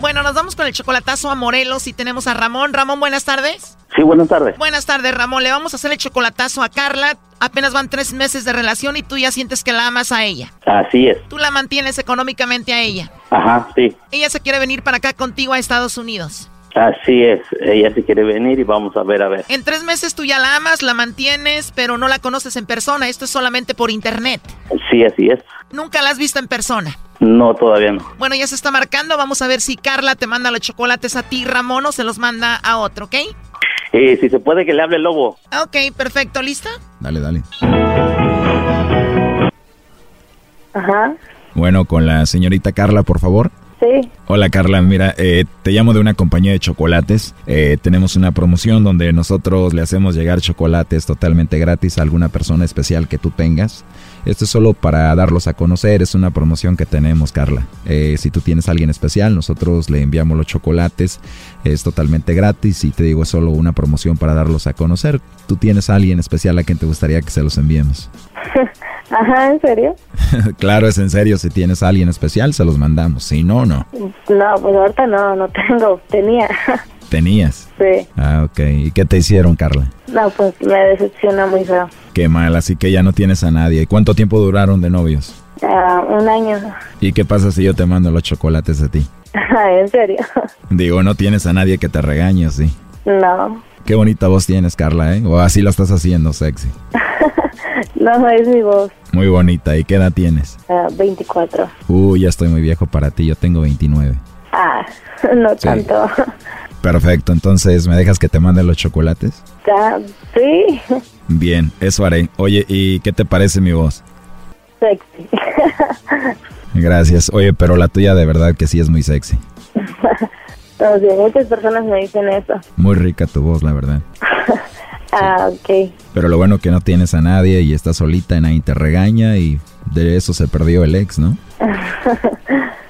Bueno, nos vamos con el chocolatazo a Morelos y tenemos a Ramón. Ramón, buenas tardes. Sí, buenas tardes. Buenas tardes, Ramón. Le vamos a hacer el chocolatazo a Carla. Apenas van tres meses de relación y tú ya sientes que la amas a ella. Así es. Tú la mantienes económicamente a ella. Ajá, sí. Ella se quiere venir para acá contigo a Estados Unidos. Así es. Ella se quiere venir y vamos a ver, a ver. En tres meses tú ya la amas, la mantienes, pero no la conoces en persona. Esto es solamente por internet. Sí, así es. Nunca la has visto en persona. No, todavía no. Bueno, ya se está marcando. Vamos a ver si Carla te manda los chocolates a ti, Ramón, o se los manda a otro, ¿ok? Y Eh, si se puede que le hable el lobo. Ok, perfecto. ¿Lista? Dale, dale. Ajá, Bueno, con la señorita Carla, por favor. sí, Hola Carla, mira, eh, te llamo de una compañía de chocolates. Eh, tenemos una promoción donde nosotros le hacemos llegar chocolates totalmente gratis a alguna persona especial que tú tengas. Esto es solo para darlos a conocer, es una promoción que tenemos Carla. Eh, si tú tienes a alguien especial, nosotros le enviamos los chocolates, es totalmente gratis y te digo, es solo una promoción para darlos a conocer. Tú tienes a alguien especial a quien te gustaría que se los enviemos. ajá, ¿en serio? claro, es en serio, si tienes a alguien especial, se los mandamos. Si no, no. No, pues ahorita no, no tengo, tenía, Tenías. sí. Ah, ok. ¿Y qué te hicieron, Carla? No, pues me decepciona muy feo. Qué mal, así que ya no tienes a nadie. ¿Y ¿Cuánto tiempo duraron de novios? Ah, un año, ¿Y qué pasa si yo te mando los chocolates a ti? en serio. Digo, no tienes a nadie que te regañe, sí. No, Qué bonita voz tienes, Carla, ¿eh? O así la estás haciendo, sexy. no es mi voz. Muy bonita. ¿Y qué edad tienes? Ah, 24. Uy, ya estoy muy viejo para ti, yo tengo 29. Ah, no Sí. tanto. Perfecto, entonces, ¿me dejas que te mande los chocolates? Ya, sí, Bien, eso haré. Oye, ¿y qué te parece mi voz? sexy. Gracias. Oye, pero la tuya de verdad que sí es muy sexy. No, sí, muchas personas me dicen eso. Muy rica tu voz, la verdad. Ah, ok. Pero lo bueno que no tienes a nadie y estás solita, y nadie te regaña y de eso se perdió el ex, ¿no?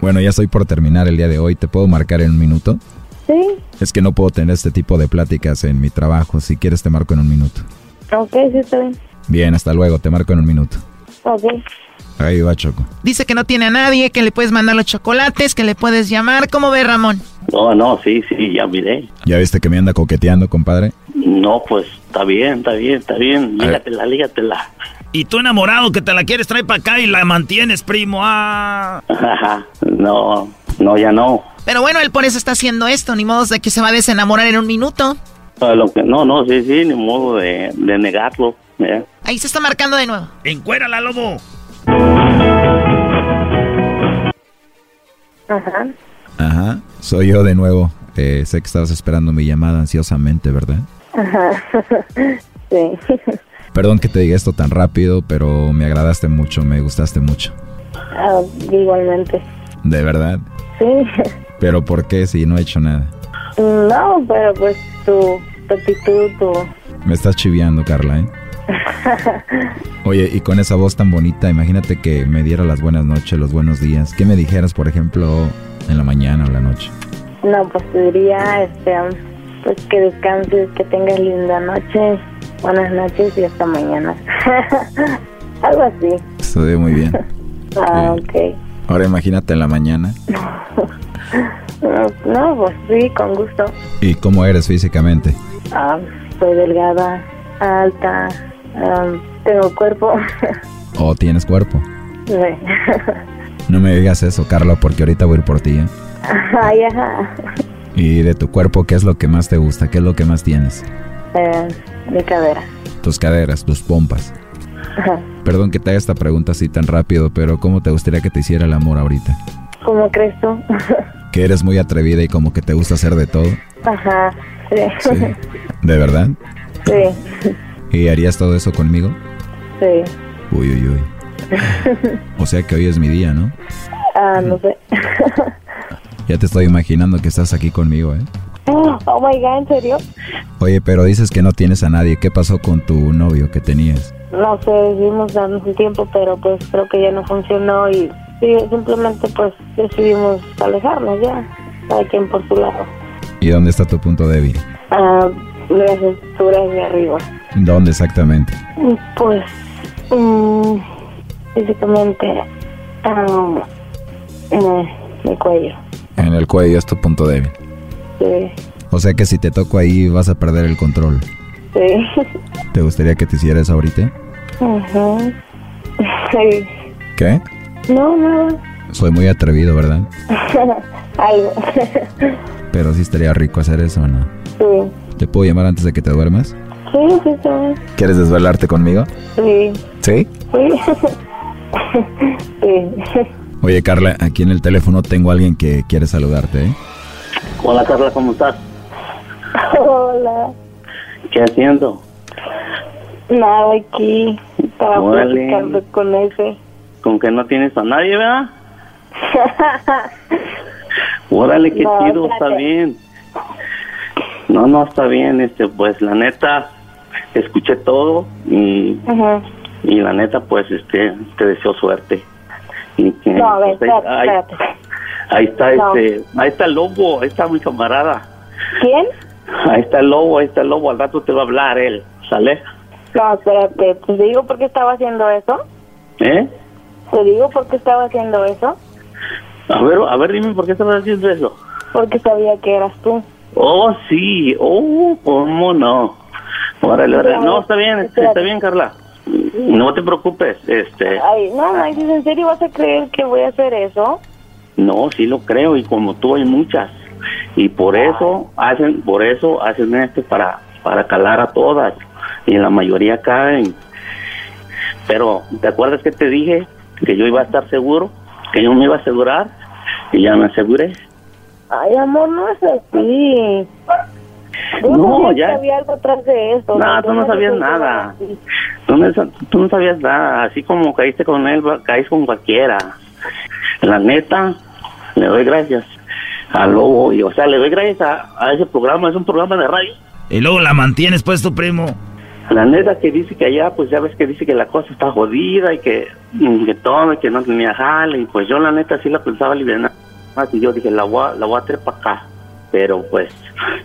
bueno, ya estoy por terminar el día de hoy. ¿Te puedo marcar en un minuto? Sí, Es que no puedo tener este tipo de pláticas en mi trabajo. Si quieres te marco en un minuto. ok, sí está bien. Bien, hasta luego. Te marco en un minuto. Ok, Ahí va, Choco. Dice que no tiene a nadie, que le puedes mandar los chocolates, que le puedes llamar. ¿Cómo ve, Ramón? No, no, sí, sí, ya miré. ¿Ya viste que me anda coqueteando, compadre? No, pues está bien, está bien, está bien. Lígatela, lígatela. Y tú enamorado que te la quieres traer para acá y la mantienes, primo. Ah. Ajá. No, no, ya no. Pero bueno, él por eso está haciendo esto, ni modo de que se va a desenamorar en un minuto. A lo que- No, no, sí, sí, ni modo de, de negarlo. ¿eh? Ahí se está marcando de nuevo. Encuérala, lobo. ajá. Ajá. Soy yo de nuevo. Eh, sé que estabas esperando mi llamada ansiosamente, ¿verdad? Sí, Perdón que te diga esto tan rápido, pero me agradaste mucho, me gustaste mucho. Ah, igualmente. De verdad. Sí. Pero ¿por qué si no he hecho nada? No, pero pues tu, tu actitud, tu... Me estás chiviando, Carla, ¿eh? Oye, y con esa voz tan bonita, imagínate que me diera las buenas noches, los buenos días. ¿Qué me dijeras, por ejemplo, en la mañana o la noche? No, pues te diría, este, um, pues que descanses, que tengas linda noche, buenas noches y hasta mañana. Algo así. Estudié muy bien. Ah, Sí. ok. Ahora imagínate en la mañana. No, no, pues sí, con gusto. ¿Y cómo eres físicamente? Ah, soy delgada, alta, ah, tengo cuerpo. ¿O tienes cuerpo? Sí. No me digas eso, Carla, porque ahorita voy a ir por ti. ¿eh? Ay, ajá. ¿Y de tu cuerpo qué es lo que más te gusta? ¿Qué es lo que más tienes? Eh, mi cadera. Tus caderas, tus pompas. Ajá. Perdón que te haga esta pregunta así tan rápido, pero ¿cómo te gustaría que te hiciera el amor ahorita? ¿Cómo crees tú? Que eres muy atrevida y como que te gusta hacer de todo. Ajá, Sí. sí. ¿De verdad? Sí, ¿Y harías todo eso conmigo? sí. Uy, uy, uy. O sea que hoy es mi día, ¿no? Ah, no sé. Ya te estoy imaginando que estás aquí conmigo, ¿eh? oh my god, ¿en serio? Oye, pero dices que no tienes a nadie. ¿Qué pasó con tu novio que tenías? No sé, decidimos darnos el tiempo, pero pues creo que ya no funcionó y sí, simplemente pues decidimos alejarnos ya, cada quien por su lado. ¿Y dónde está tu punto débil? Ah, las estructuras de arriba. ¿Dónde exactamente? Pues, mm, físicamente, ah, en el eh, cuello. En el cuello es tu punto débil. Sí, O sea que si te toco ahí vas a perder el control. sí. ¿Te gustaría que te hicieras ahorita? Ajá. Sí. ¿Qué? No, nada. Soy muy atrevido, ¿verdad? Algo. Pero sí estaría rico hacer eso, ¿o ¿no? Sí. ¿Te puedo llamar antes de que te duermas? Sí, sí, sí. ¿Quieres desvelarte conmigo? Sí. Sí. Sí. Sí. Oye, Carla, aquí en el teléfono tengo a alguien que quiere saludarte, ¿eh? Hola Carla, ¿cómo estás? Hola. ¿Qué haciendo? Nada aquí. Estaba Órale. platicando con ese. Con que no tienes a nadie, ¿verdad? Órale, qué No, chido, espérate. está bien. No, no, está bien, este, pues la neta, escuché todo y, Ajá. y la neta, pues, este, te deseo suerte. Y que, No, a ver, pues, ahí- espérate, ahí, espérate. ahí está, No. este, ahí está el lobo, ahí está mi camarada. ¿Quién? Ahí está el lobo, ahí está el lobo, al rato te va a hablar él, ¿sale? No, espérate. Te digo por qué estaba haciendo eso. ¿Eh? Te digo por qué estaba haciendo eso. A ver, a ver, dime por qué estás haciendo eso. Porque sabía que eras tú. Oh, sí, oh, cómo no. Órale, órale. No, está bien, este, está bien, Carla. No te preocupes, este. Ay, no, no, dices, ¿en serio vas a creer que voy a hacer eso? No, sí lo creo y como tú hay muchas y por eso hacen, por eso hacen este para para calar a todas y la mayoría caen. Pero ¿te acuerdas que te dije que yo iba a estar seguro, que yo me iba a asegurar y ya me aseguré? Ay, amor, no es así. Yo No, sabía que ya. había algo atrás de esto. No, tú no Entonces, sabías eso era nada. así. Tú no, sa- tú no sabías nada, así como caíste con él, va- caes con cualquiera. La neta, le doy gracias al lobo, y, o sea, le doy gracias a, a ese programa, es un programa de radio. Y luego la mantienes, pues, tu primo. La neta que dice que allá, pues ya ves que dice que la cosa está jodida y que, mm, que todo, y que no tenía jale, y pues yo la neta sí la pensaba aliviar. Y yo dije, la voy a, la voy a traer para acá. Pero pues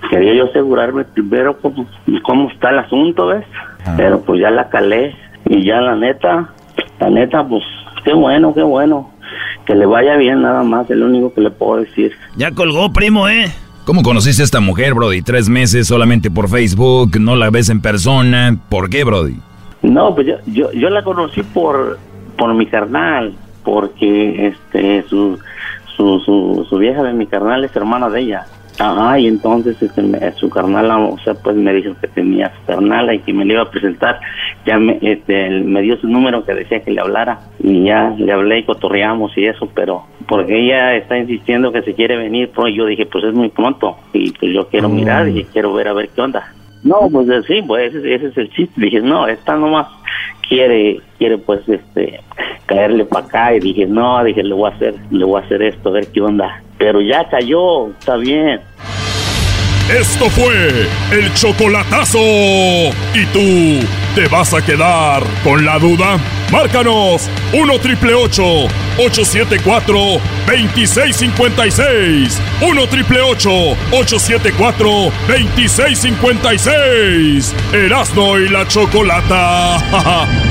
quería yo asegurarme primero cómo, cómo está el asunto, ¿ves? Ah. Pero pues ya la calé y ya la neta, la neta, pues qué bueno, qué bueno. Que le vaya bien nada más, es lo único que le puedo decir. Ya colgó, primo, ¿eh? ¿Cómo conociste a esta mujer, Brody? Tres meses solamente por Facebook, no la ves en persona. ¿Por qué, Brody? No, pues yo, yo, yo la conocí por, por mi carnal, porque este su, su, su, su vieja de mi carnal es hermana de ella. Ajá, y entonces este, me- su carnal, o sea, pues me dijo que tenía su carnal y que me le iba a presentar. Ya me, este, él me dio su número que decía que le hablara y ya le hablé y cotorreamos y eso, pero porque ella está insistiendo que se quiere venir, pero yo dije, pues es muy pronto y pues yo quiero mirar y quiero ver a ver qué onda. No, pues eh, sí, pues ese, ese es el chiste. Dije, no, esta nomás quiere, quiere pues este, caerle para acá. Y dije, no, dije, le voy a hacer, le voy a hacer esto, a ver qué onda. Pero ya cayó, está bien. Esto fue el chocolatazo. ¿Y tú te vas a quedar con la duda? Márcanos 1 triple 874 2656. 1 triple 874 2656. Erasno y la chocolata.